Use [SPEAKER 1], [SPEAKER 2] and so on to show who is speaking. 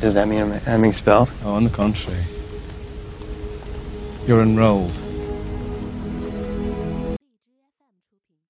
[SPEAKER 1] Does that mean I'm, I'm expelled?
[SPEAKER 2] Oh, on the contrary. You're enrolled.